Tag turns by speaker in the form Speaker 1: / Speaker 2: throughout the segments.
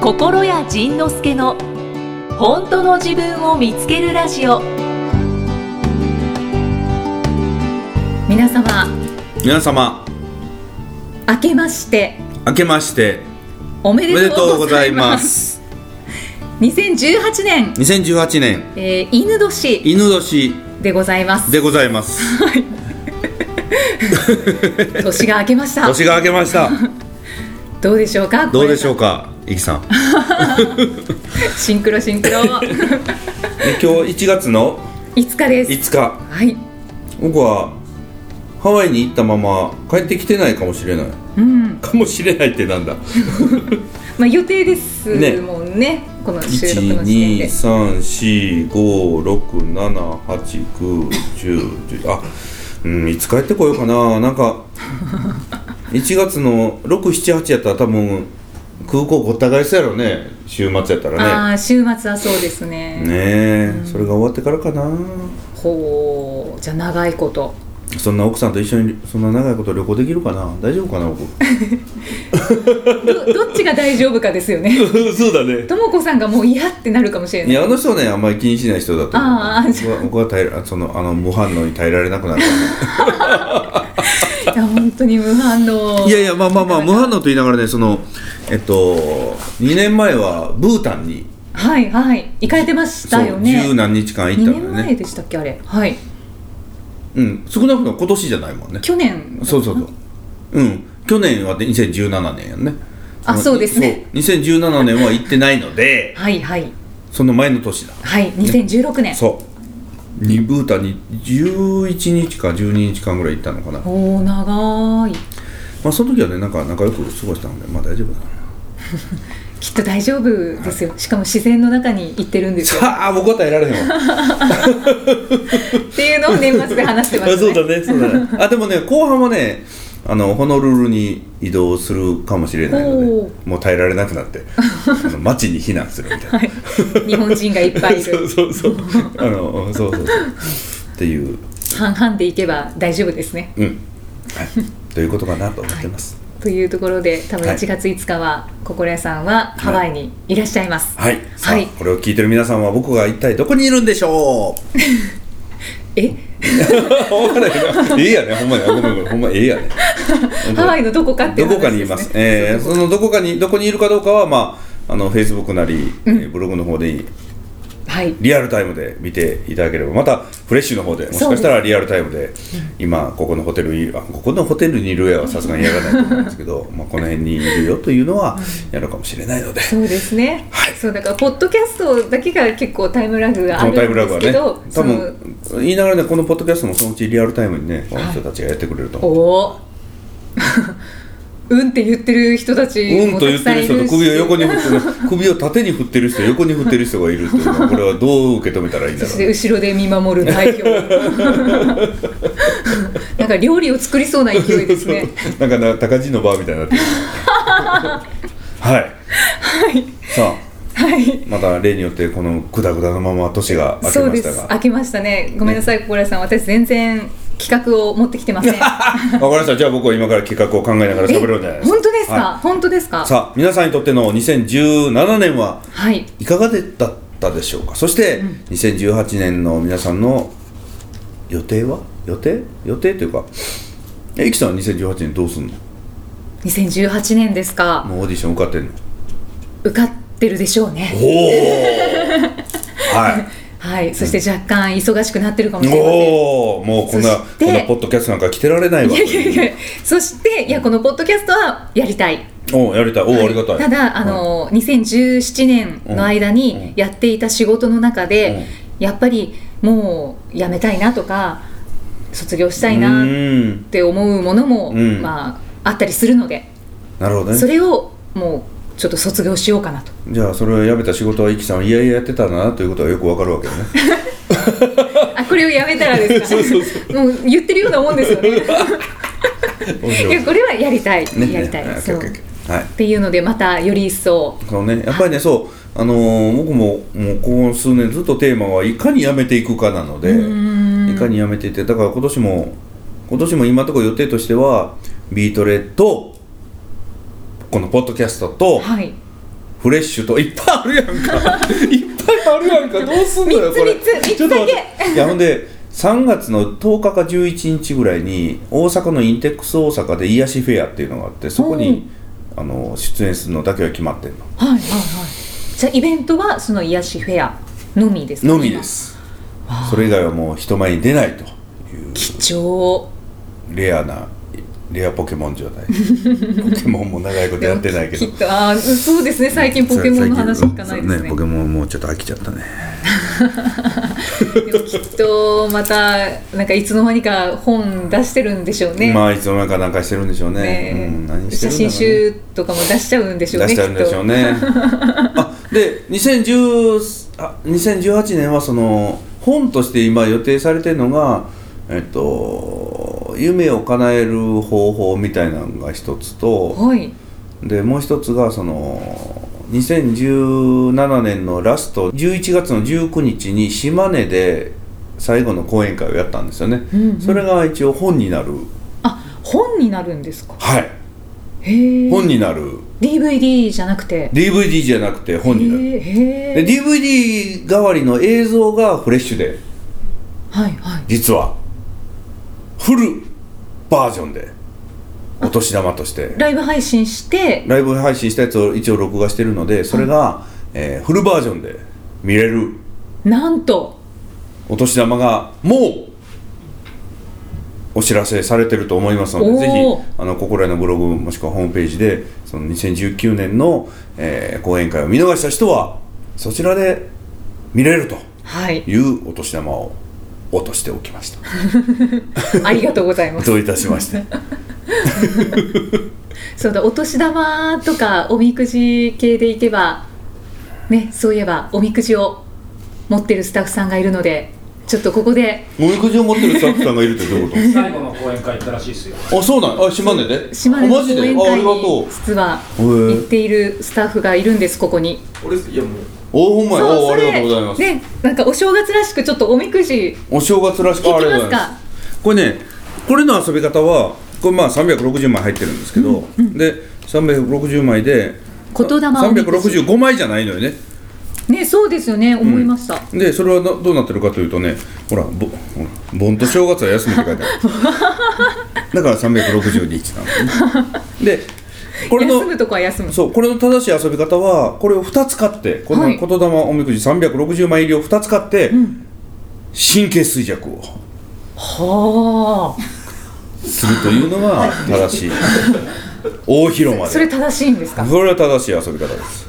Speaker 1: 心谷仁之助の本当の自分を見つけるラジオ皆様
Speaker 2: 皆様
Speaker 1: 明けまして
Speaker 2: 明けまして
Speaker 1: おめ
Speaker 2: おめ
Speaker 1: で
Speaker 2: で
Speaker 1: と
Speaker 2: と
Speaker 1: う
Speaker 2: う
Speaker 1: ご
Speaker 2: ご
Speaker 1: ざ
Speaker 2: ざ
Speaker 1: い
Speaker 2: い
Speaker 1: ま
Speaker 2: ますす
Speaker 1: 2018年、
Speaker 2: 2018年
Speaker 1: えー、犬年
Speaker 2: 犬年
Speaker 1: でございます
Speaker 2: でござい ます
Speaker 1: 年が明けました
Speaker 2: 年が明けました
Speaker 1: どうでしょうか
Speaker 2: どうでし
Speaker 1: う
Speaker 2: ょうかいきさん、ね、
Speaker 1: シンクロシンクロ
Speaker 2: 今日1月の
Speaker 1: いつかです
Speaker 2: 5日
Speaker 1: はい
Speaker 2: 僕はハワイに行ったまま帰ってきてないかもしれない
Speaker 1: うん
Speaker 2: かもしれないってなんだ
Speaker 1: まあ予定です
Speaker 2: ね
Speaker 1: もんねこの収録の時点で
Speaker 2: 12345678910あうんいつ帰ってこようかななんか1月の678やったら多分空港ごった返しやろね週末やったら
Speaker 1: ああ週末はそうですね
Speaker 2: ねねえ、それが終わってからかな
Speaker 1: ほうじゃあ長いこと
Speaker 2: そんな奥さんと一緒にそんな長いこと旅行できるかな大丈夫かな僕
Speaker 1: どどっちが大丈夫かですよね
Speaker 2: そうだね
Speaker 1: ともこさんがもう嫌ってなるかもしれない
Speaker 2: いやあの人はねあんまり気にしない人だと思う
Speaker 1: あーあーじゃ
Speaker 2: 僕は僕は耐えらそのあの無反応に耐えられなくなる
Speaker 1: いや本当に無反応
Speaker 2: いやいやまあまあまあ無反応と言いながらねそのえっと2年前はブータンに
Speaker 1: はいはい行かれてましたよ
Speaker 2: そう十
Speaker 1: ね
Speaker 2: 何日間行
Speaker 1: 二
Speaker 2: った
Speaker 1: 年
Speaker 2: んだよ
Speaker 1: 前
Speaker 2: ね
Speaker 1: でしたっけあれはい
Speaker 2: うん少なくとも今年じゃないもんね
Speaker 1: 去年
Speaker 2: そうそうそううん去年は2017年やんね
Speaker 1: あ
Speaker 2: の
Speaker 1: そうですね
Speaker 2: そう2017年は行ってないので
Speaker 1: はいはい
Speaker 2: その前の年だ
Speaker 1: はい2016年
Speaker 2: そうにブータンに11日か12日間ぐらい行ったのかな
Speaker 1: おお長い
Speaker 2: まあその時はねなんか仲良く過ごしたのでまあ大丈夫だな
Speaker 1: きっと大丈夫ですよしかも自然の中に行ってるんですよ
Speaker 2: さあ僕は耐えられへんわ
Speaker 1: っていうのを年末で話してましたね
Speaker 2: そうだねそ うだねあでもね後半はねあのホノルルに移動するかもしれないの
Speaker 1: お
Speaker 2: でもう耐えられなくなってあ の街に避難するみたいな、
Speaker 1: 日本人がいっぱいい
Speaker 2: そう
Speaker 1: る
Speaker 2: そうそうあのそうそうそうっていう
Speaker 1: 半々で行けば大丈夫ですね
Speaker 2: うん、はい、ということかなと思ってます
Speaker 1: というところで多分
Speaker 2: はい
Speaker 1: 1月5日は心屋さんはハワイにいらっしゃいます、
Speaker 2: はい、さあ、
Speaker 1: はい
Speaker 2: これを聞いてる皆さんは僕が一体どこにいるんでしょう
Speaker 1: え
Speaker 2: ほんまだよなええやねほんまやごめんごめんほんまええやね
Speaker 1: ハワイのどこかってい
Speaker 2: ど
Speaker 1: う
Speaker 2: こか
Speaker 1: 話
Speaker 2: に
Speaker 1: で
Speaker 2: い
Speaker 1: すね
Speaker 2: ます、えーそのどこかにどこにいるかどうかはまああのフェイスブックなり、えーブログの方で
Speaker 1: はい
Speaker 2: リアルタイムで見ていただければまたフレッシュの方でもし
Speaker 1: そうで
Speaker 2: か
Speaker 1: す
Speaker 2: したらリアルタイムで今ここのホテルにあここのホテルにいるやはさすがにやらないと思うんですけ どまあこの辺にいるよというのはやるかもしれないので
Speaker 1: そうですね、
Speaker 2: はい
Speaker 1: そうだからポッドキャストだけが結構タイムラグがあ
Speaker 2: こ
Speaker 1: るん
Speaker 2: のタイムラ
Speaker 1: で
Speaker 2: グ
Speaker 1: すけ
Speaker 2: はね
Speaker 1: ど
Speaker 2: 多分言いながらねこのポッドキャストもそのうちリアルタイムにねこの人たちがやってくれると
Speaker 1: お
Speaker 2: 思う、
Speaker 1: お うんって言ってる人たち
Speaker 2: うん
Speaker 1: も
Speaker 2: と
Speaker 1: た
Speaker 2: 言
Speaker 1: く
Speaker 2: っ
Speaker 1: さ
Speaker 2: て
Speaker 1: ん
Speaker 2: る
Speaker 1: いる
Speaker 2: 人と
Speaker 1: し
Speaker 2: 首を横に振ってる 首を縦に振ってる人横に振ってる人がいるというのはこれはどう受け止めたらいいんだ
Speaker 1: そ
Speaker 2: ろ
Speaker 1: し
Speaker 2: う
Speaker 1: て後ろで見守る代表 なんか料理を作りそうな勢いですね
Speaker 2: なんかな高地のバーみたいにな ってるはいはいさあ
Speaker 1: はい
Speaker 2: また例によってこのグダグダのまま年が明け
Speaker 1: そう
Speaker 2: ま
Speaker 1: で
Speaker 2: した
Speaker 1: す
Speaker 2: が
Speaker 1: 開けましたねごめんなさい小倉さん私全然企画を持ってきてま せん
Speaker 2: 分かりましたじゃあ僕は今から企画を考えながら喋るんじゃないですか
Speaker 1: 本当ですか、
Speaker 2: は
Speaker 1: 本当ですか
Speaker 2: いさあ皆さんにとっての2017年は
Speaker 1: はい
Speaker 2: いかがだったでしょうかそして、2018年の皆さんの予定は予定予定というかえいきさんは2018年どうすんの
Speaker 1: 2018年ですか
Speaker 2: もうオーディション受 かってんの
Speaker 1: 受かってるでしょうね
Speaker 2: おお はい
Speaker 1: はいそして若干忙しくなってるかもしれません
Speaker 2: おおもうこんな
Speaker 1: そ
Speaker 2: こ
Speaker 1: して
Speaker 2: んなポッドキャストなんか来てられないわ
Speaker 1: いやいやいやそしていやこのポッドキャストはやりたい
Speaker 2: おうやりたいおおありがたい
Speaker 1: ただあの、2017年の間にやっていた仕事の中で、やっぱりもう辞めたいなとか卒業したいな
Speaker 2: う
Speaker 1: っ
Speaker 2: ーん
Speaker 1: て思うものも、
Speaker 2: うん
Speaker 1: まああったりするので
Speaker 2: なるほど
Speaker 1: そ
Speaker 2: ね
Speaker 1: れをもうちょっと卒業しようかなと
Speaker 2: じゃあそれを辞めた仕事はイキさんはいやいややってたんだなということはよくわかるわけよね
Speaker 1: あこれを辞めたらですか
Speaker 2: そうそう
Speaker 1: もう言ってるようなもんですよね
Speaker 2: 面
Speaker 1: い
Speaker 2: 白い
Speaker 1: やこれはやりたい、
Speaker 2: ね
Speaker 1: やりたい、
Speaker 2: ねオッ
Speaker 1: そ
Speaker 2: ケー
Speaker 1: う
Speaker 2: オッケーオッケーはい
Speaker 1: っていうのでまたより一層
Speaker 2: そのねやっぱりねそうあのー僕ももうここ数年ずっとテーマはいかに辞めていくかなので
Speaker 1: ー
Speaker 2: いかに辞めていってだから今年も今年も今のところ予定としてはビートレとこのポッドキャストと
Speaker 1: はい
Speaker 2: フフレッシュといっぱいある やんかいっぱいあるやんかどうすんのよこれ
Speaker 1: 三つ三つ
Speaker 2: ちょっと待っていやほんで3月の10日か11日ぐらいに大阪のインテックス大阪で癒しフェアっていうのがあってそこに、あの出演するのだけは決まってんの
Speaker 1: はいはいはいじゃあイベントはその癒しフェアのみですか
Speaker 2: のみですそれ以外はもう人前に出ないという
Speaker 1: 貴重
Speaker 2: レアなレアポケモンじゃ ないポケモンも長いことやってないけど
Speaker 1: きっとあーそうですね最近ポケモンの話しかないですね
Speaker 2: ポケモンもうちょっと飽きちゃったね
Speaker 1: でもきっとまたなんかいつの間にか本出してるんでしょうね,、
Speaker 2: まあいつの間にかなんかしてるんでしょうね
Speaker 1: ね
Speaker 2: うん、何して
Speaker 1: 写
Speaker 2: るんだろう
Speaker 1: 真
Speaker 2: ね
Speaker 1: 集とかも出しちゃうんでしょう
Speaker 2: 出
Speaker 1: ね
Speaker 2: しちゃうんでしょう
Speaker 1: ね
Speaker 2: ねあで2010あ2018年はその本として今予定されてるのがえっと夢を叶える方法みたいなのが一つと
Speaker 1: はい
Speaker 2: でもう一つがその2017年のラスト11月の19日に島根で最後の講演会をやったんですよね、
Speaker 1: うんうん
Speaker 2: それが一応本になる
Speaker 1: あ本になるんですか
Speaker 2: はい
Speaker 1: へえ
Speaker 2: 本になる
Speaker 1: DVD じゃなくて
Speaker 2: DVD じゃなくて本になる
Speaker 1: へえへ
Speaker 2: で
Speaker 1: え
Speaker 2: DVD 代わりの映像がフレッシュで
Speaker 1: はいはい
Speaker 2: 実はフルバージョンでお年玉として
Speaker 1: ライブ配信して
Speaker 2: ライブ配信したやつを一応録画してるのでそれが、えーフルバージョンで見れる
Speaker 1: なんと
Speaker 2: お年玉がもうお知らせされてると思いますの
Speaker 1: お
Speaker 2: で
Speaker 1: ー
Speaker 2: ぜひあのここらへんのブログもしくはホームページでその2019年の、えー講演会を見逃した人はそちらで見れると
Speaker 1: はい
Speaker 2: いうお年玉を落としておきました
Speaker 1: ありがとうございます
Speaker 2: どういたしまして
Speaker 1: そうだお年玉とかおみくじ系でいけばねそういえばおみくじを持ってるスタッフさんがいるのでちょっとここで
Speaker 2: おみくじを持ってるスタッフさんがいるってどういうこ
Speaker 3: 最後の講演会行ったらしいですよ。
Speaker 2: とあそうなんあ島根で
Speaker 1: 島根
Speaker 2: あ
Speaker 1: の
Speaker 2: マ
Speaker 1: 講
Speaker 2: ジであ
Speaker 1: 演
Speaker 2: あ
Speaker 1: 会
Speaker 2: りがと
Speaker 1: に
Speaker 2: う
Speaker 1: 実は
Speaker 2: へー
Speaker 1: 行っているスタッフがいるんですここに
Speaker 4: 俺いやもう
Speaker 2: おほんまや
Speaker 1: そう
Speaker 2: お
Speaker 1: そ
Speaker 2: あり
Speaker 1: れ
Speaker 2: がとうございます
Speaker 1: ねなんかお正月らしくちょっとおみくじ
Speaker 2: お正月らしく
Speaker 1: 聞
Speaker 2: あ
Speaker 1: き
Speaker 2: り
Speaker 1: ま
Speaker 2: がとう
Speaker 1: す
Speaker 2: ござい
Speaker 1: か
Speaker 2: これねこれの遊び方はこれまあ360枚入ってるんですけど、で360枚で
Speaker 1: 言霊おみくじ
Speaker 2: 365枚じゃないのよね
Speaker 1: ねそうですよね思いました、
Speaker 2: でそれはなどうなってるかというとねほらぼほら盆と正月は休みって書いてあ るだから360日なのねでこれの
Speaker 1: 休むとこは休む
Speaker 2: そうこれの正しい遊び方はこれを2つ買ってこの
Speaker 1: は
Speaker 2: 言
Speaker 1: い
Speaker 2: 霊おみくじ360枚入りを2つ買って、
Speaker 1: ん
Speaker 2: 神経衰弱を
Speaker 1: は
Speaker 2: するというのが正しい大広間
Speaker 1: あ
Speaker 2: で
Speaker 1: それ正しいんですか
Speaker 2: それは正しい遊び方です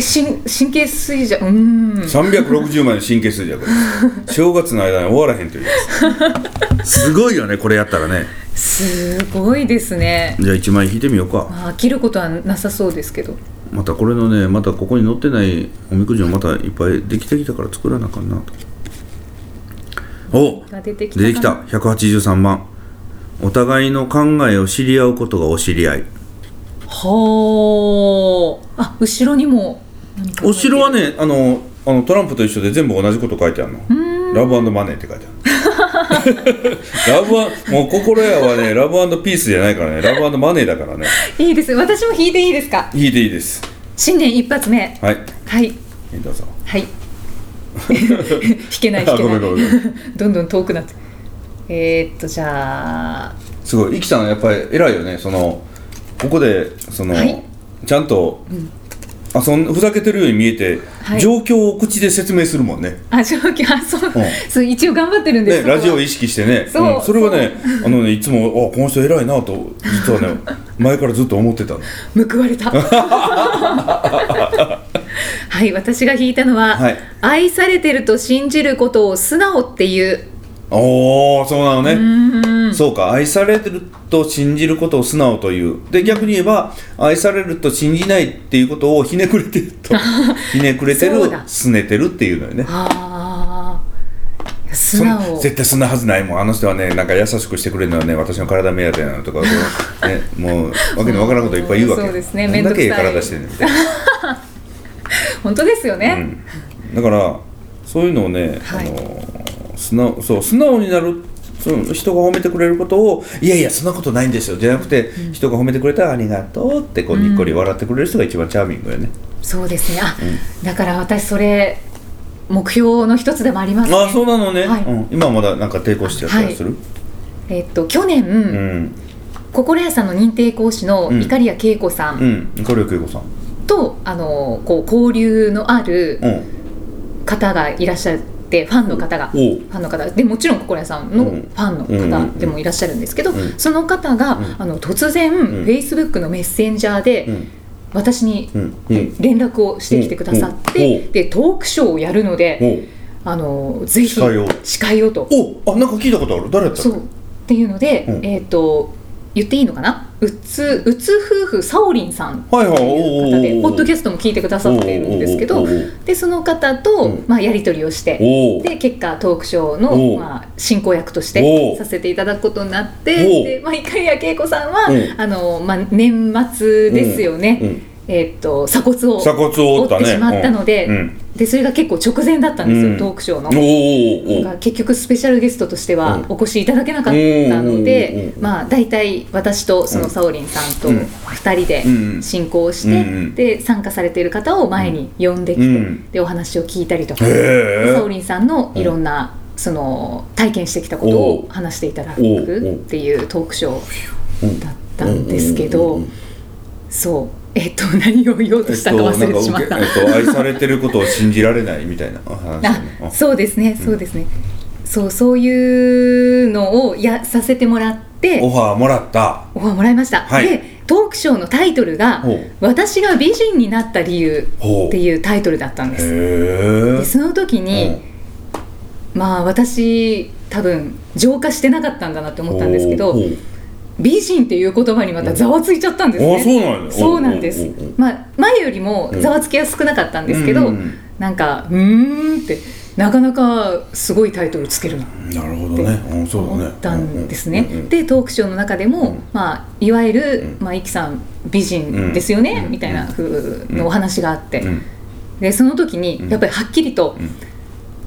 Speaker 1: せ神神経衰弱うーん
Speaker 2: 360枚の神経衰弱です正月の間に終わらへんというやつすごいよねこれやったらね
Speaker 1: すごいですね
Speaker 2: じゃあ1枚引いてみようか
Speaker 1: まあ、飽きることはなさそうですけど
Speaker 2: またこれのねまたここに載ってないおみくじもまたいっぱいできてきたから作らなあかんなとお
Speaker 1: が出てきた
Speaker 2: 出てき
Speaker 1: か
Speaker 2: た183番お互いの考えを知り合うことがお知り合い
Speaker 1: なはーあ後ろにも何か書いてる
Speaker 2: お城はねあのあのトランプと一緒で全部同じこと書いてあるの「ラブマネー」って書いてある ラブアンもう心屋はねラブピースじゃないからねラブマネーだからね
Speaker 1: いいです私も引いていいですか
Speaker 2: 引いていいです
Speaker 1: 新年一発目
Speaker 2: はい
Speaker 1: はい
Speaker 2: どうぞ
Speaker 1: はい 引けない引
Speaker 2: あ
Speaker 1: け
Speaker 2: ご
Speaker 1: な
Speaker 2: め
Speaker 1: い
Speaker 2: んごめんごめ
Speaker 1: どんどん遠くなってえー、っとじゃあ
Speaker 2: すごいイキさんやっぱり偉いよねそのここでその、
Speaker 1: はい
Speaker 2: ちゃんと、あそんふざけてるように見えて、
Speaker 1: はい
Speaker 2: 状況を口で説明するもんね
Speaker 1: あ状況あそう,、
Speaker 2: ん
Speaker 1: そう一応頑張ってるんです
Speaker 2: ね、ラジオを
Speaker 1: い
Speaker 2: 意識してね
Speaker 1: そうん
Speaker 2: それはねあのねいつもあこの人偉いなと実はね前からずっと思ってたの
Speaker 1: 報われ たはい私が引いたのは、
Speaker 2: はい
Speaker 1: 愛されてると信じることを素直っていう
Speaker 2: おおそうなのね
Speaker 1: うん
Speaker 2: そうか愛されると信じることを素直というで逆に言えば愛されると信じないっていうことをひねくれてる とひねくれてる
Speaker 1: そうだ
Speaker 2: すねてるっていうのよね
Speaker 1: ああ素
Speaker 2: そん
Speaker 1: 直
Speaker 2: 絶対そんなはずないもんあの人はねなんか優しくしてくれるのはね私の体目当てなのとかこう、ね、もうわけのわからんこといっぱい言うわけ
Speaker 1: そうですね
Speaker 2: どんだけ
Speaker 1: 面倒くさい
Speaker 2: 体してんねんみたいな
Speaker 1: 本当ですよね、
Speaker 2: だからそういうのをね、
Speaker 1: はい
Speaker 2: あの素直そう素直になるその人が褒めてくれることを「いやいやそんなことないんですよ」じゃなくて、人が褒めてくれたら「ありがとう」ってこうにっこり笑ってくれる人が一番チャーミングよね、
Speaker 1: そうですねあ、だから私それ目標の一つでもありますね
Speaker 2: ああそうなのね、
Speaker 1: はい
Speaker 2: うん、今まだなんか抵抗してやったりする、
Speaker 1: えっと去年、
Speaker 2: うん
Speaker 1: 心屋さんの認定講師の
Speaker 2: うん
Speaker 1: いかりや恵子さ
Speaker 2: うんんこれは恵子さん
Speaker 1: と、あのこう交流のある
Speaker 2: うん
Speaker 1: 方がいらっしゃってファンの方が、
Speaker 2: おう
Speaker 1: ファンの方でもちろん心屋さんの
Speaker 2: うん
Speaker 1: ファンの方でもいらっしゃるんですけど、
Speaker 2: うん
Speaker 1: その方が、
Speaker 2: うん
Speaker 1: あの突然、
Speaker 2: ん
Speaker 1: Facebook のメッセンジャーで、
Speaker 2: うん
Speaker 1: 私に
Speaker 2: うんうん
Speaker 1: 連絡をしてきてくださって、
Speaker 2: うん
Speaker 1: でトークショーをやるので、
Speaker 2: おう
Speaker 1: あのぜひ
Speaker 2: 司会を
Speaker 1: 司会をと
Speaker 2: おうあなんか聞いたことある誰やった
Speaker 1: そ
Speaker 2: の
Speaker 1: うっていうので、
Speaker 2: うん
Speaker 1: えっ、と言っていいのかなうつうつ夫婦サオリンさん
Speaker 2: はいはい
Speaker 1: という方
Speaker 2: おー
Speaker 1: でポッドキャストも聞いてくださってるんですけど
Speaker 2: おうおうおう
Speaker 1: でその方と、
Speaker 2: うん
Speaker 1: まあ、やり取りをして
Speaker 2: おう
Speaker 1: で結果トークショー
Speaker 2: おう
Speaker 1: の、まあ、進行役とし
Speaker 2: おう
Speaker 1: てさせていただくことになって
Speaker 2: おう
Speaker 1: で、まあ、いかりや恵子さんは、
Speaker 2: うん
Speaker 1: あのまあ、年末ですよね、
Speaker 2: うん
Speaker 1: えっと鎖骨を
Speaker 2: 鎖骨を
Speaker 1: 折
Speaker 2: 折った
Speaker 1: っ
Speaker 2: ね
Speaker 1: てしまったので,、
Speaker 2: うんうん
Speaker 1: でそれが結構直前だったんですよ、
Speaker 2: うん
Speaker 1: トークショーの。
Speaker 2: おうおうおう
Speaker 1: が結局スペシャルゲストとして
Speaker 2: う
Speaker 1: は
Speaker 2: ん
Speaker 1: お越しいただけなかったの
Speaker 2: うんうん
Speaker 1: で
Speaker 2: う、んうん
Speaker 1: まあ、大体私とそのサオリンさんと
Speaker 2: うん
Speaker 1: 2人
Speaker 2: うん
Speaker 1: で進行し
Speaker 2: うんうん
Speaker 1: てで参加されている方を前に呼んでき
Speaker 2: う
Speaker 1: て
Speaker 2: ん
Speaker 1: でお話を聞いたりとか
Speaker 2: へえ
Speaker 1: サオリンさんのいろんなその体験してきたこと
Speaker 2: おう
Speaker 1: を話していただくっていうトークショーだったんですけ
Speaker 2: うんうん
Speaker 1: ど
Speaker 2: うんうん
Speaker 1: そうえっと何を言おうとしたか忘れてしまった
Speaker 2: え。っとなんか受けえっと愛されてることを信じられないみたいなお話だ ね
Speaker 1: あそうですねそうですね、そうそういうのをやさせてもらって
Speaker 2: オファーもらった
Speaker 1: オファーもらいました、
Speaker 2: はい
Speaker 1: でトークショーのタイトルが
Speaker 2: ほう
Speaker 1: 「私が美人になった理由」
Speaker 2: ほう
Speaker 1: っていうタイトルだったん
Speaker 2: へ
Speaker 1: です
Speaker 2: え
Speaker 1: でその時に、まあ私多分浄化してなかったんだなって思ったんですけど、
Speaker 2: ほうほう
Speaker 1: 美人っていう言葉にまたざわついちゃったんですね、
Speaker 2: あそうなんや
Speaker 1: そうなんです
Speaker 2: おうおうおう
Speaker 1: まあ前よりもざわつきは少なかったんですけど、
Speaker 2: うんうんうん
Speaker 1: なんかうーんってなかなかすごいタイトルつけるな
Speaker 2: なるほどねうんそうだね
Speaker 1: 思ったんですね、
Speaker 2: うんうん
Speaker 1: でトークショーの中でも、
Speaker 2: ん
Speaker 1: まあ、いわゆる、
Speaker 2: うん
Speaker 1: まあ、イキさん美人ですよね、
Speaker 2: うん
Speaker 1: みたいな風のお話があって、
Speaker 2: うん
Speaker 1: でその時に
Speaker 2: ん
Speaker 1: やっぱりはっきりと「
Speaker 2: ん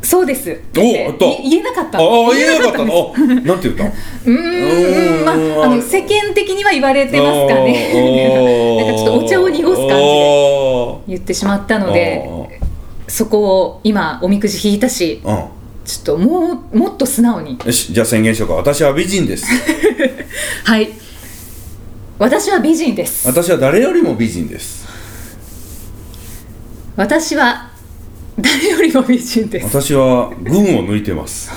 Speaker 1: そうです」って
Speaker 2: おあった
Speaker 1: い言えなかった
Speaker 2: ああ言えなかっ たのあなんて言ったの
Speaker 1: うーんまああ
Speaker 2: お
Speaker 1: の
Speaker 2: ー
Speaker 1: 世間的には言われてますか
Speaker 2: お
Speaker 1: ね
Speaker 2: ー
Speaker 1: なんかちょっとお茶を濁す感じで
Speaker 2: お
Speaker 1: 言ってしまったの
Speaker 2: ー
Speaker 1: でそこを今おみくじ引いたし
Speaker 2: うんうん
Speaker 1: ちょっともうもっと素直に
Speaker 2: よしじゃあ宣言しようか私は美人です
Speaker 1: はい私は美人です
Speaker 2: 私は誰よりも美人です
Speaker 1: 私は誰よりも美人です
Speaker 2: 私は群を抜いてます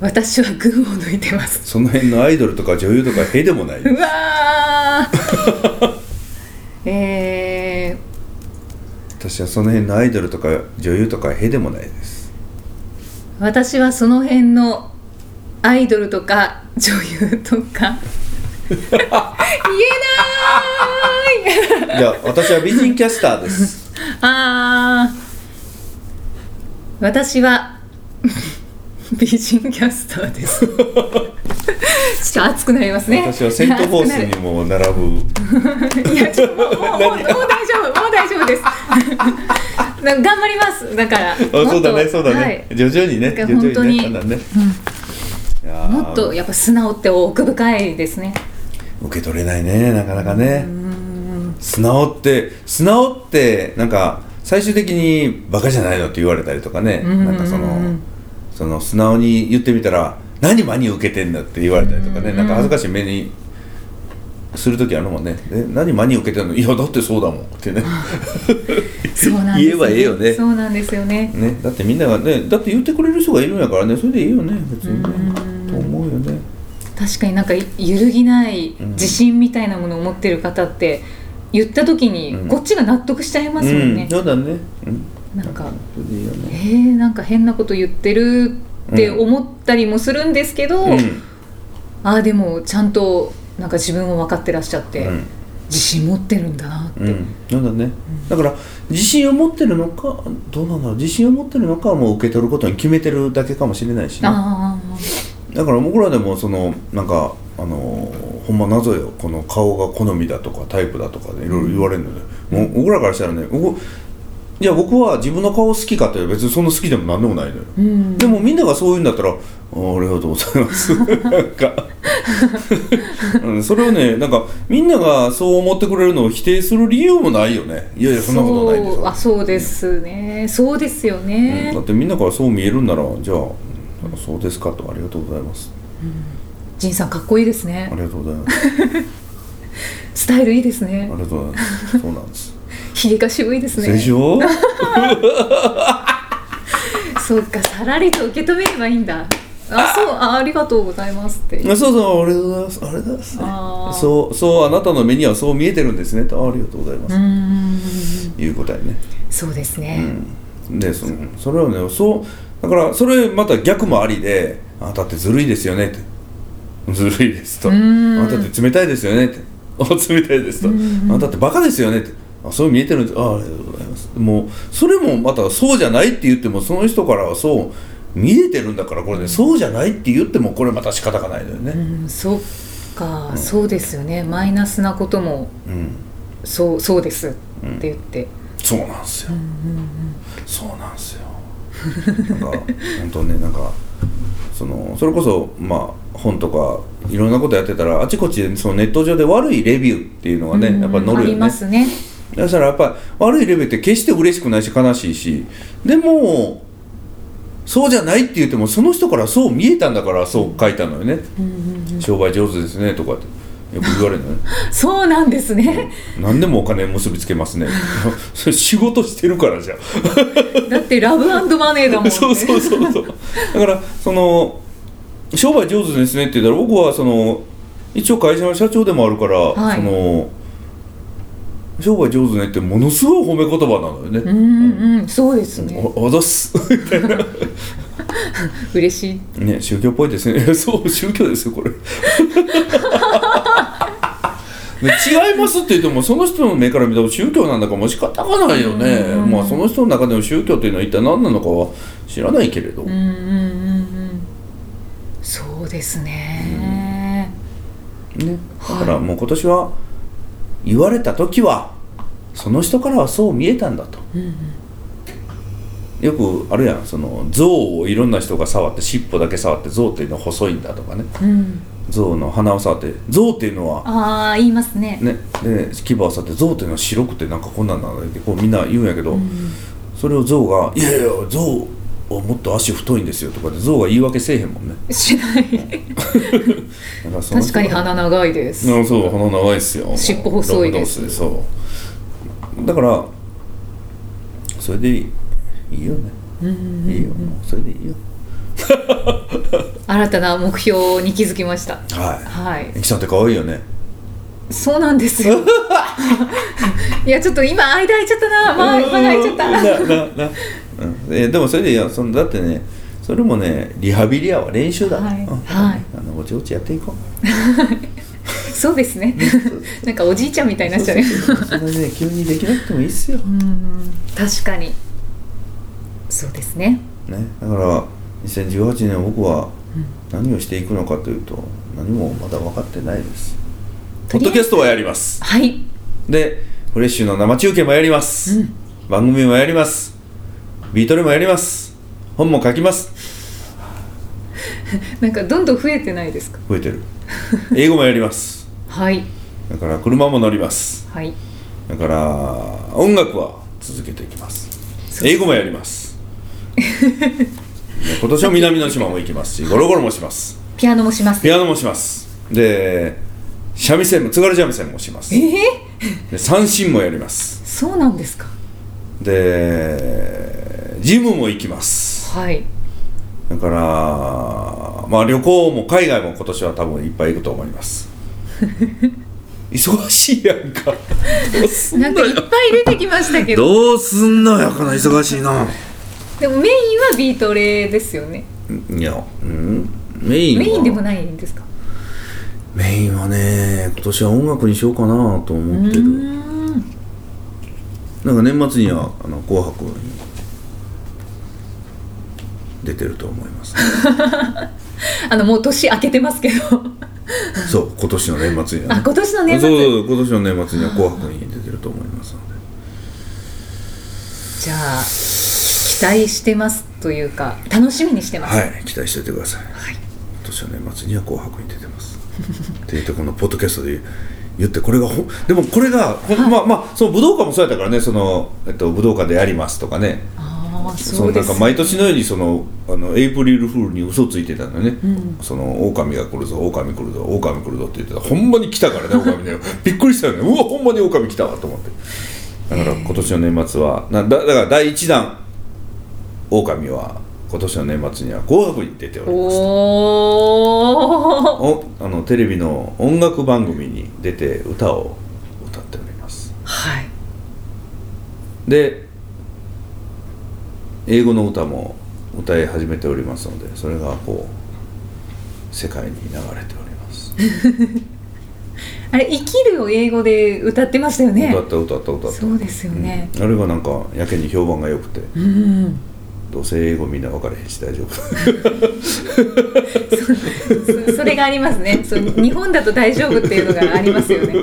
Speaker 1: 私は群を抜いてます
Speaker 2: その辺のアイドルとか女優とかへでもないう
Speaker 1: わーえ
Speaker 2: 私はその辺のアイドルとか女優とかへでもないです
Speaker 1: ー、私はその辺のアイドルとか女優とか言えなーい
Speaker 2: じゃあ私は美人キャスターです
Speaker 1: あー私は美人キャスターですちょっと熱くなりますね
Speaker 2: 私はセント・フォースに も並ぶ
Speaker 1: いやちょっともうもうもうもう大丈夫もう大丈夫ですな頑張りますだから
Speaker 2: あそうだねそうだね、
Speaker 1: はい
Speaker 2: 徐々にね
Speaker 1: だから
Speaker 2: 徐々に
Speaker 1: 本
Speaker 2: ね
Speaker 1: 当に
Speaker 2: だんだんね、いやー
Speaker 1: もっとやっぱ素直って奥深いですね
Speaker 2: 受け取れないねなかなかね素直って素直ってなんか最終的に「バカじゃないの?」って言われたりとかね
Speaker 1: んうんうん
Speaker 2: なんかそのその素直に言ってみたら「何真に受けてんだ」って言われたりとかねなんか恥ずかしい目にする時あるもんね「え何真に受けてんの?」「 いやだってそうだもん」っ てね
Speaker 1: そうなんです
Speaker 2: 言えばええよね
Speaker 1: そうなんですよね
Speaker 2: ねだってみんながねだって言ってくれる人がいるんやからねそれでいいよね別にねと思うよね
Speaker 1: 確かになんか揺るぎない自信みたいなものを持ってる方って言った時
Speaker 2: うん
Speaker 1: にこっちが納得しちゃいますも
Speaker 2: うんん
Speaker 1: ね、
Speaker 2: そうだねうん
Speaker 1: なんか
Speaker 2: それでいいよね
Speaker 1: えー、なんか変なこと言ってるって思ったりもするんですけど、
Speaker 2: うん
Speaker 1: ああでもちゃんとなんか自分を分かってらっしゃって、
Speaker 2: うん
Speaker 1: 自信持ってるんだなって、
Speaker 2: うん、なんだね、だから自信を持ってるのかどうなんだろう自信を持ってるのかはもう受け取ることに決めてるだけかもしれないしね、
Speaker 1: あ
Speaker 2: だから僕らでもそのなんかあのーほんま謎よこの顔が好みだとかタイプだとかでいろいろ言われるので、もう僕らからしたらね僕いや僕は自分の顔好きかって別にそんな好きでも何でもないのよ、
Speaker 1: うん
Speaker 2: でもみんながそういうんだったら「あーありがとうござい ます」なんか、うん、それをねなんかみんながそう思ってくれるのを否定する理由もないよねいやいやそんなことないんです
Speaker 1: そうあそうですね、そうですよ
Speaker 2: うん
Speaker 1: ね、
Speaker 2: だってみんなからそう見えるんならじゃあなんかそうですかとありがとうございます
Speaker 1: 仁さんかっこいいです
Speaker 2: あ
Speaker 1: ね
Speaker 2: りがとうございますあ
Speaker 1: スタイルいいですね
Speaker 2: りがとうございますそうなんです
Speaker 1: ひげが渋いです
Speaker 2: でし
Speaker 1: ね
Speaker 2: ょ
Speaker 1: そうかさらりと受け止めればいいんだあそうあありがとうございますって
Speaker 2: そうそうありがとうございますありがとうございます
Speaker 1: あー
Speaker 2: そうそうあなたの目にはそう見えてるんですねとあありがとうございま
Speaker 1: う
Speaker 2: す、
Speaker 1: ん
Speaker 2: いう答えね
Speaker 1: そうですね、
Speaker 2: でそのそれはねそうだからそれまた逆もありで「あなたってずるいですよね」って「ずるいです」と「あ
Speaker 1: ん
Speaker 2: なたって冷たいですよね」って「あ冷たいです」と「あなたってバカですよね」って「あそう見えてるんですあありがとうございます」もうそれもまたそうじゃないって言ってもその人からはそう見えてるんだからこれねそうじゃないって言ってもこれまた仕方がないのよ
Speaker 1: う
Speaker 2: ね。
Speaker 1: んそっか、そうですよねマイナスなことも
Speaker 2: うん
Speaker 1: そうそうですって言って、
Speaker 2: そうなんですよ、そうなんですよなんか本当ねなんかそのそれこそまあ本とかいろんなことやってたらあちこちでそのネット上で悪いレビューっていうのがね、やっぱり載
Speaker 1: あ
Speaker 2: る
Speaker 1: り
Speaker 2: よね
Speaker 1: ますね
Speaker 2: だからやっぱり悪いレビューって決して嬉しくないし悲しいしでもそうじゃないって言ってもその人からそう見えたんだからそう書いたのよね、商売上手ですねとかってよく言われるのね
Speaker 1: そうなんですね、
Speaker 2: 何でもお金結びつけますね それ仕事してるからじゃん
Speaker 1: だってラブマネーだもんね
Speaker 2: そうそうそうそうだからその商売上手ですねって言ったら僕はその一応会社の社長でもあるから、
Speaker 1: はい
Speaker 2: その商売上手ねってものすごい褒め言葉なのよ
Speaker 1: う
Speaker 2: ね、
Speaker 1: んうんそうですね
Speaker 2: おおざっす
Speaker 1: 嬉しい
Speaker 2: ね宗教っぽいですね そう宗教ですよこれ ね違いますって言ってもその人の目から見たら宗教なんだかも仕方がないよね、まあその人の中での宗教というのは一体何なのかは知らないけれど、
Speaker 1: うんうんうんうんそうですね、
Speaker 2: ね、だからもう今年は言われた時はその人からはそう見えたんだと、よくあるやんその象をいろんな人が触って尻尾だけ触って象っていうのは細いんだとかね
Speaker 1: うん
Speaker 2: 象の鼻を触って象っていうのは
Speaker 1: ああ言いますね
Speaker 2: ねで牙を触って象っていうのは白くてなんかこんなんなんだってこうみんな言うんやけど、それを象が「いやいや象をもっと足太いんですよ」とかって象が言い訳せえへんもんね
Speaker 1: しない
Speaker 2: だからその
Speaker 1: 確
Speaker 2: 人
Speaker 1: かに
Speaker 2: が
Speaker 1: 鼻長いです、
Speaker 2: うんそう鼻長いですよ
Speaker 1: 尻尾細いです
Speaker 2: ロブドースそうだからそれでいいよね、いいよもうそれでいいよ
Speaker 1: 新たな目標に気づきました
Speaker 2: は
Speaker 1: はい
Speaker 2: いゆきさんって可愛いよね
Speaker 1: そうなんです よいやちょっと今間空いちゃったなまあ間が空いちゃった
Speaker 2: ななな、うん、えでもそれでいいよそのだってねそれもねリハビリやわ練習だ、
Speaker 1: はい
Speaker 2: うん
Speaker 1: はい
Speaker 2: あのぼちぼちやっていこう
Speaker 1: そうですねなんかおじいちゃんみたいになっちゃうね
Speaker 2: そうそうそうそんなね急にできなくてもいいっすよ、
Speaker 1: うん確かにそうですね
Speaker 2: ね、だから2018年僕は何をしていくのかというと何もまだ分かってないです
Speaker 1: と
Speaker 2: ポ
Speaker 1: りあえず
Speaker 2: ッドキャストはやります
Speaker 1: はい
Speaker 2: でフレッシュの生中継もやります、
Speaker 1: うん
Speaker 2: 番組もやりますビートルもやります本も書きます
Speaker 1: なんかどんどん増えてないですか
Speaker 2: 増えて る英語もやります
Speaker 1: はい
Speaker 2: だから車も乗ります
Speaker 1: はい
Speaker 2: だから音楽は続けていきます英語もやります ね今年は南の島も行きますしゴロゴロもします
Speaker 1: ピアノもします
Speaker 2: ピアノもしますで三味線も津軽三味線もします
Speaker 1: ええ
Speaker 2: で三振もやります
Speaker 1: そうなんですか
Speaker 2: でジムも行きます
Speaker 1: はい
Speaker 2: だからまあ旅行も海外も今年は多分いっぱい行くと思います 忙しいやんかどうすん
Speaker 1: なんか
Speaker 2: の
Speaker 1: いっぱ
Speaker 2: よ
Speaker 1: い出てきましたけど
Speaker 2: どうすんのよこの忙しいな
Speaker 1: でもメインはビートレですよね
Speaker 2: いやうんメインは
Speaker 1: メインでもないんですか
Speaker 2: メインはね今年は音楽にしようかなと思って
Speaker 1: う
Speaker 2: る
Speaker 1: ーん
Speaker 2: なんか年末には「あの紅白」に出てると思い ます、
Speaker 1: あのもう年明けてますけど
Speaker 2: そう今年の年末には、
Speaker 1: あ
Speaker 2: ね、
Speaker 1: 今年の年末
Speaker 2: そうそうそう今年の年末には「紅白」に出てると思いますので
Speaker 1: じゃあ期待してますというか楽しみにしてます、
Speaker 2: はい期待しておいてください、
Speaker 1: はい
Speaker 2: 今年の年末には「紅白」に出てます って言ってこのポッドキャストで言ってこれがほんでもこれが、ほんまあまあその武道館もそうやったからねその、えっと、武道館でやりますとかね
Speaker 1: ああ
Speaker 2: そ
Speaker 1: そ
Speaker 2: の
Speaker 1: う
Speaker 2: な
Speaker 1: で
Speaker 2: ん
Speaker 1: す
Speaker 2: か
Speaker 1: ね
Speaker 2: 毎年のようにそのあのエイプリルフールに嘘ついてたのよね、
Speaker 1: ん
Speaker 2: その狼が来るぞ狼来るぞ狼来るぞって言ってたほんまに来たか らね狼ねびっくりしたよねうわほんまに狼来たわと思ってだから今年の年末はなだだから第1弾狼は今年の年末には「紅白」に出ております
Speaker 1: おお
Speaker 2: おあのテレビの音楽番組に出て歌を歌っております
Speaker 1: はい
Speaker 2: で英語の歌も歌い始めておりますのでそれがこう世界に流れております、
Speaker 1: あれ「生きる」を英語で歌ってましたよね
Speaker 2: 歌った歌った歌った
Speaker 1: そうですよね
Speaker 2: うんあれがなんかやけに評判が良くて
Speaker 1: うん
Speaker 2: どうせ英語みんな分からへんし大丈夫
Speaker 1: そそれがありますねそう日本だと大丈夫っていうのがあります よね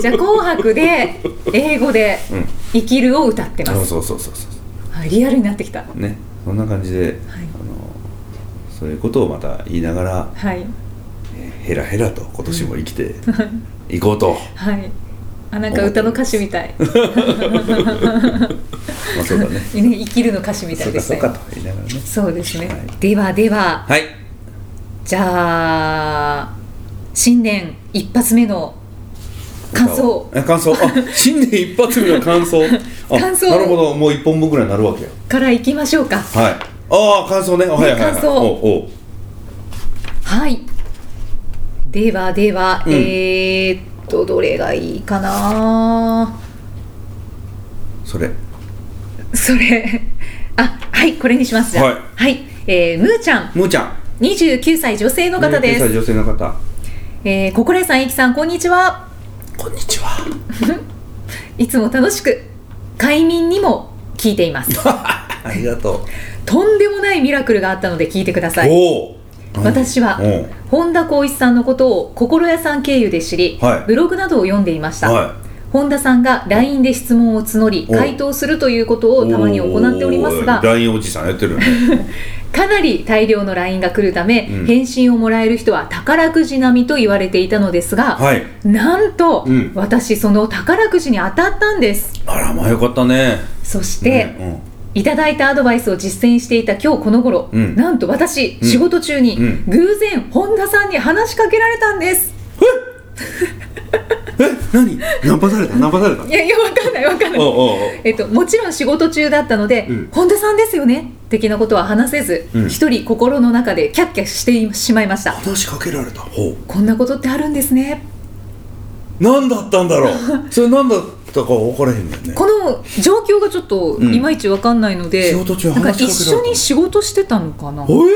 Speaker 1: じゃあ「紅白」で英語で
Speaker 2: うん
Speaker 1: 「生きる」を歌ってま
Speaker 2: そう
Speaker 1: す、
Speaker 2: そうそうそうそ
Speaker 1: はい、リアルになってきた
Speaker 2: うねそんな感じで、
Speaker 1: はい
Speaker 2: あのそういうことをまた言いながら
Speaker 1: はい
Speaker 2: ヘラヘラと今年も生きていこ うと、
Speaker 1: はいあなんか歌の歌詞みた い、ね、
Speaker 2: まあそうだね
Speaker 1: 生きるの歌詞みたい
Speaker 2: そ
Speaker 1: うで
Speaker 2: か
Speaker 1: す
Speaker 2: そう
Speaker 1: ね
Speaker 2: かと言いながらね
Speaker 1: そうですね、
Speaker 2: はい
Speaker 1: ではでは
Speaker 2: はい
Speaker 1: じゃあ新年一発目の感想
Speaker 2: え感想あ新年一発目の感 想あ
Speaker 1: 感想
Speaker 2: なるほどもう一本分ぐらいになるわけよ
Speaker 1: からいきましょうか
Speaker 2: はいああ感想ねあはいはいはい
Speaker 1: 感想
Speaker 2: おうおう
Speaker 1: はい。ではでは、
Speaker 2: うん
Speaker 1: えーっとどれがいいかな。
Speaker 2: それ
Speaker 1: それ、あはいこれにしますじゃあ。
Speaker 2: はい
Speaker 1: はい。えー、むーちゃん、
Speaker 2: むーちゃん
Speaker 1: 29歳女性の方で
Speaker 2: 29歳
Speaker 1: す。
Speaker 2: 女性の方
Speaker 1: えー、ここれさん、いきさん、こんにちは。
Speaker 2: こんにちはい
Speaker 1: つも楽しく快眠にも聞いてい ます。
Speaker 2: ありがと
Speaker 1: とんでもないミラクルがあったので聞いてくだ
Speaker 2: う、
Speaker 1: さい。
Speaker 2: おお
Speaker 1: 私は
Speaker 2: おう
Speaker 1: 本田光一さんのことを心屋さん経由で知り、
Speaker 2: はい
Speaker 1: ブログなどを読んでいました。
Speaker 2: は
Speaker 1: 本田さんが LINE で質問を募り
Speaker 2: お
Speaker 1: 回答するということ
Speaker 2: い
Speaker 1: をたまに行っておりますが
Speaker 2: おー LINE おじさんやってる よね
Speaker 1: かなり大量の LINE が来るため、
Speaker 2: うん
Speaker 1: 返信をもらえる人は宝くじ並みと言われていたのですが、
Speaker 2: はい
Speaker 1: なんと、
Speaker 2: うん
Speaker 1: 私その宝くじに当たったんです
Speaker 2: あらまあよかったね
Speaker 1: そして、
Speaker 2: ね
Speaker 1: いただいたアドバイスを実践していた今日この頃、
Speaker 2: うん
Speaker 1: なんと私、
Speaker 2: うん
Speaker 1: 仕事中に
Speaker 2: うん
Speaker 1: 偶然本田さんに話しかけられたんです
Speaker 2: うん、え何ナンパされたナンパされた
Speaker 1: いやいやわかんないわかんない
Speaker 2: おうおうおう
Speaker 1: えっと、もちろん仕事中だったので、
Speaker 2: うん
Speaker 1: 本田さんですよね的なことは話せず
Speaker 2: うん
Speaker 1: 一、人心の中でキャッキャしてしまいました
Speaker 2: 話しかけられたほう
Speaker 1: こんなことってあるんですね
Speaker 2: 何だったんだろうそれ何だったか分からへんねんね
Speaker 1: この状況がちょっと
Speaker 2: うん
Speaker 1: いまいちわかんないので、
Speaker 2: 仕事中
Speaker 1: なんか
Speaker 2: 話しかけられた
Speaker 1: 一緒に仕事してたのかな
Speaker 2: おえ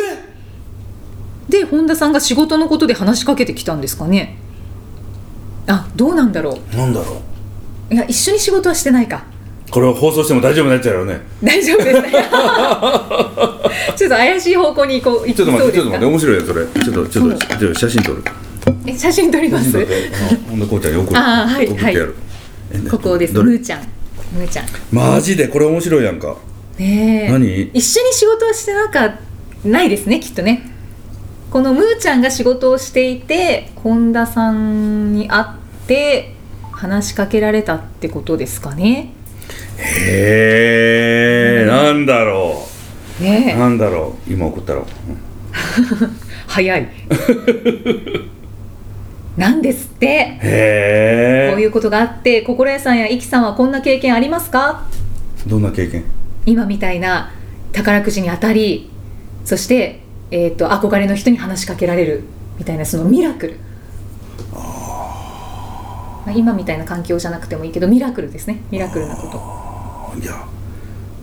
Speaker 1: で本田さんが仕事のことで話しかけてきたんですかねあどうなんだろ
Speaker 2: 何だろう
Speaker 1: ういや一緒に仕事はしてないか
Speaker 2: これを放送しても大丈夫なやつやろうね
Speaker 1: 大丈夫です ねちょっと怪しい方向にこう行き
Speaker 2: ちょっと
Speaker 1: そ
Speaker 2: 待っ
Speaker 1: う
Speaker 2: て
Speaker 1: で
Speaker 2: ち
Speaker 1: す
Speaker 2: ょっと待
Speaker 1: か
Speaker 2: って面白いよそれちょっとちょっとちょっと写真撮る
Speaker 1: え写真撮りま
Speaker 2: 写真
Speaker 1: す
Speaker 2: 撮ってあのほんでこうちゃんに送る
Speaker 1: あーはい
Speaker 2: 送ってやる、えね
Speaker 1: ここです。
Speaker 2: ど
Speaker 1: む
Speaker 2: れ
Speaker 1: ーちゃん。むーちゃん。
Speaker 2: マジでこれ面白いやんか
Speaker 1: ねえ。
Speaker 2: 何
Speaker 1: 一緒に仕事はしてなんかないですねきっとね。このむーちゃんが仕事をしていて本田さんに会って話しかけられたってことですかね。
Speaker 2: へえなんだろう
Speaker 1: ねえ
Speaker 2: なんだろう今送ったろう
Speaker 1: 早 い。なんですって。こ
Speaker 2: へ
Speaker 1: うい
Speaker 2: え
Speaker 1: うことがあって心屋さんやいきさんはこんな経験ありますか？
Speaker 2: どんな経験
Speaker 1: 今みたいな宝くじに当たりそして、えー、と憧れの人に話しかけられるみたいなそのミラクルまあ、今みたいな環境じゃなくてもいいけどミラクルですねミラクルなこと
Speaker 2: いや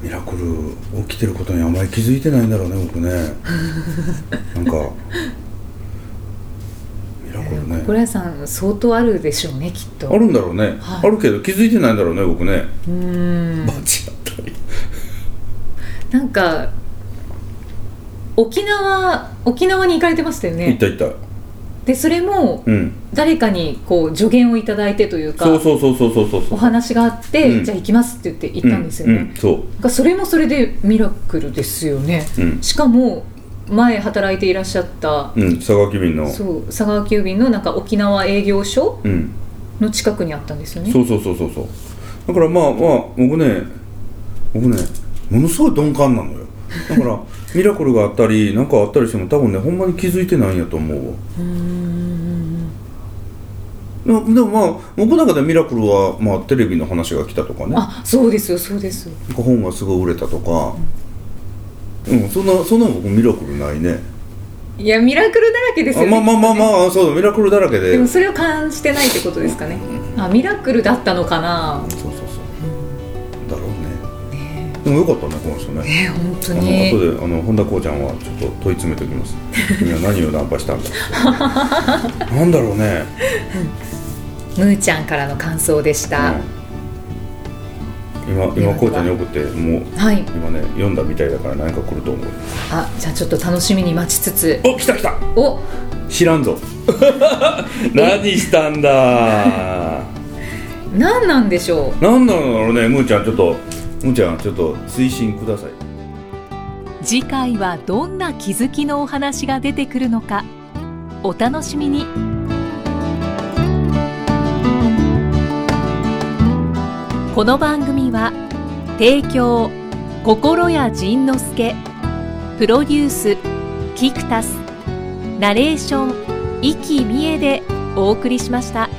Speaker 2: ミラクル起きてることにあまり気づいてないんだろうね僕ねな んかミラクルね
Speaker 1: 心屋さん相当あるでしょうねきっと
Speaker 2: あるんだろうね、
Speaker 1: はい
Speaker 2: あるけど気づいてないんだろうね僕ね
Speaker 1: うーん
Speaker 2: バチ当たり
Speaker 1: なんか沖縄沖縄に行かれてましたよ
Speaker 2: 行っ
Speaker 1: ね
Speaker 2: た行った
Speaker 1: でそれも
Speaker 2: うん
Speaker 1: 誰かにこう助言をいただいてというか
Speaker 2: そうそうそうそうそうそう
Speaker 1: お話があって、
Speaker 2: うん
Speaker 1: じゃあ行きますって言って行ったんですよね、
Speaker 2: うんうん、そ
Speaker 1: がそれもそれでミラクルですよね、
Speaker 2: ううん
Speaker 1: しかも前働いていらっしゃった、
Speaker 2: うん佐川急便の
Speaker 1: そう佐川急便のなんか沖縄営業所
Speaker 2: うん
Speaker 1: の近くにあったんですよね
Speaker 2: そうそうそうそうそうだからまあまあ僕ね僕ねものすごい鈍感なのよだから ミラクルがあったりなんかあったりしても多分ねほんまに気づいてないんやと思うわ
Speaker 1: うーん
Speaker 2: でもでもまあ僕の中でミラクルは、まあ、テレビの話が来たとかねなんか
Speaker 1: あそうですよそうですよ
Speaker 2: 本がすごい売れたとかうんそんなそんなの僕ミラクルないね
Speaker 1: いやミラクルだらけですよ
Speaker 2: あ
Speaker 1: ね
Speaker 2: まあまあまあまあそうだミラクルだらけで
Speaker 1: でもそれを感じてないってことですかねあミラクルだったのかな
Speaker 2: そうそうそうだろうね
Speaker 1: ね
Speaker 2: でもよかったねこの人
Speaker 1: え
Speaker 2: ね
Speaker 1: ねえ本当
Speaker 2: あの後
Speaker 1: に
Speaker 2: であの本田こうちゃんはちょっと問い詰めてお きます君は何をナンパしたんだなんだろうね、
Speaker 1: むーちゃんからの感想でした、
Speaker 2: うん今今こうちゃんに送ってもう
Speaker 1: はい
Speaker 2: 今ね読んだみたいだから何か来ると思う
Speaker 1: あじゃあちょっと楽しみに待ちつつ
Speaker 2: お来た来た
Speaker 1: お
Speaker 2: 知らんぞ何したんだ
Speaker 1: 何なんでしょう
Speaker 2: 何なんだろうねむーちゃんちょっとむーちゃんちょっと推進ください
Speaker 4: 次回はどんな気づきのお話が出てくるのかお楽しみにこの番組は提供心谷仁之助プロデュースキクタスナレーション生きみえでお送りしました。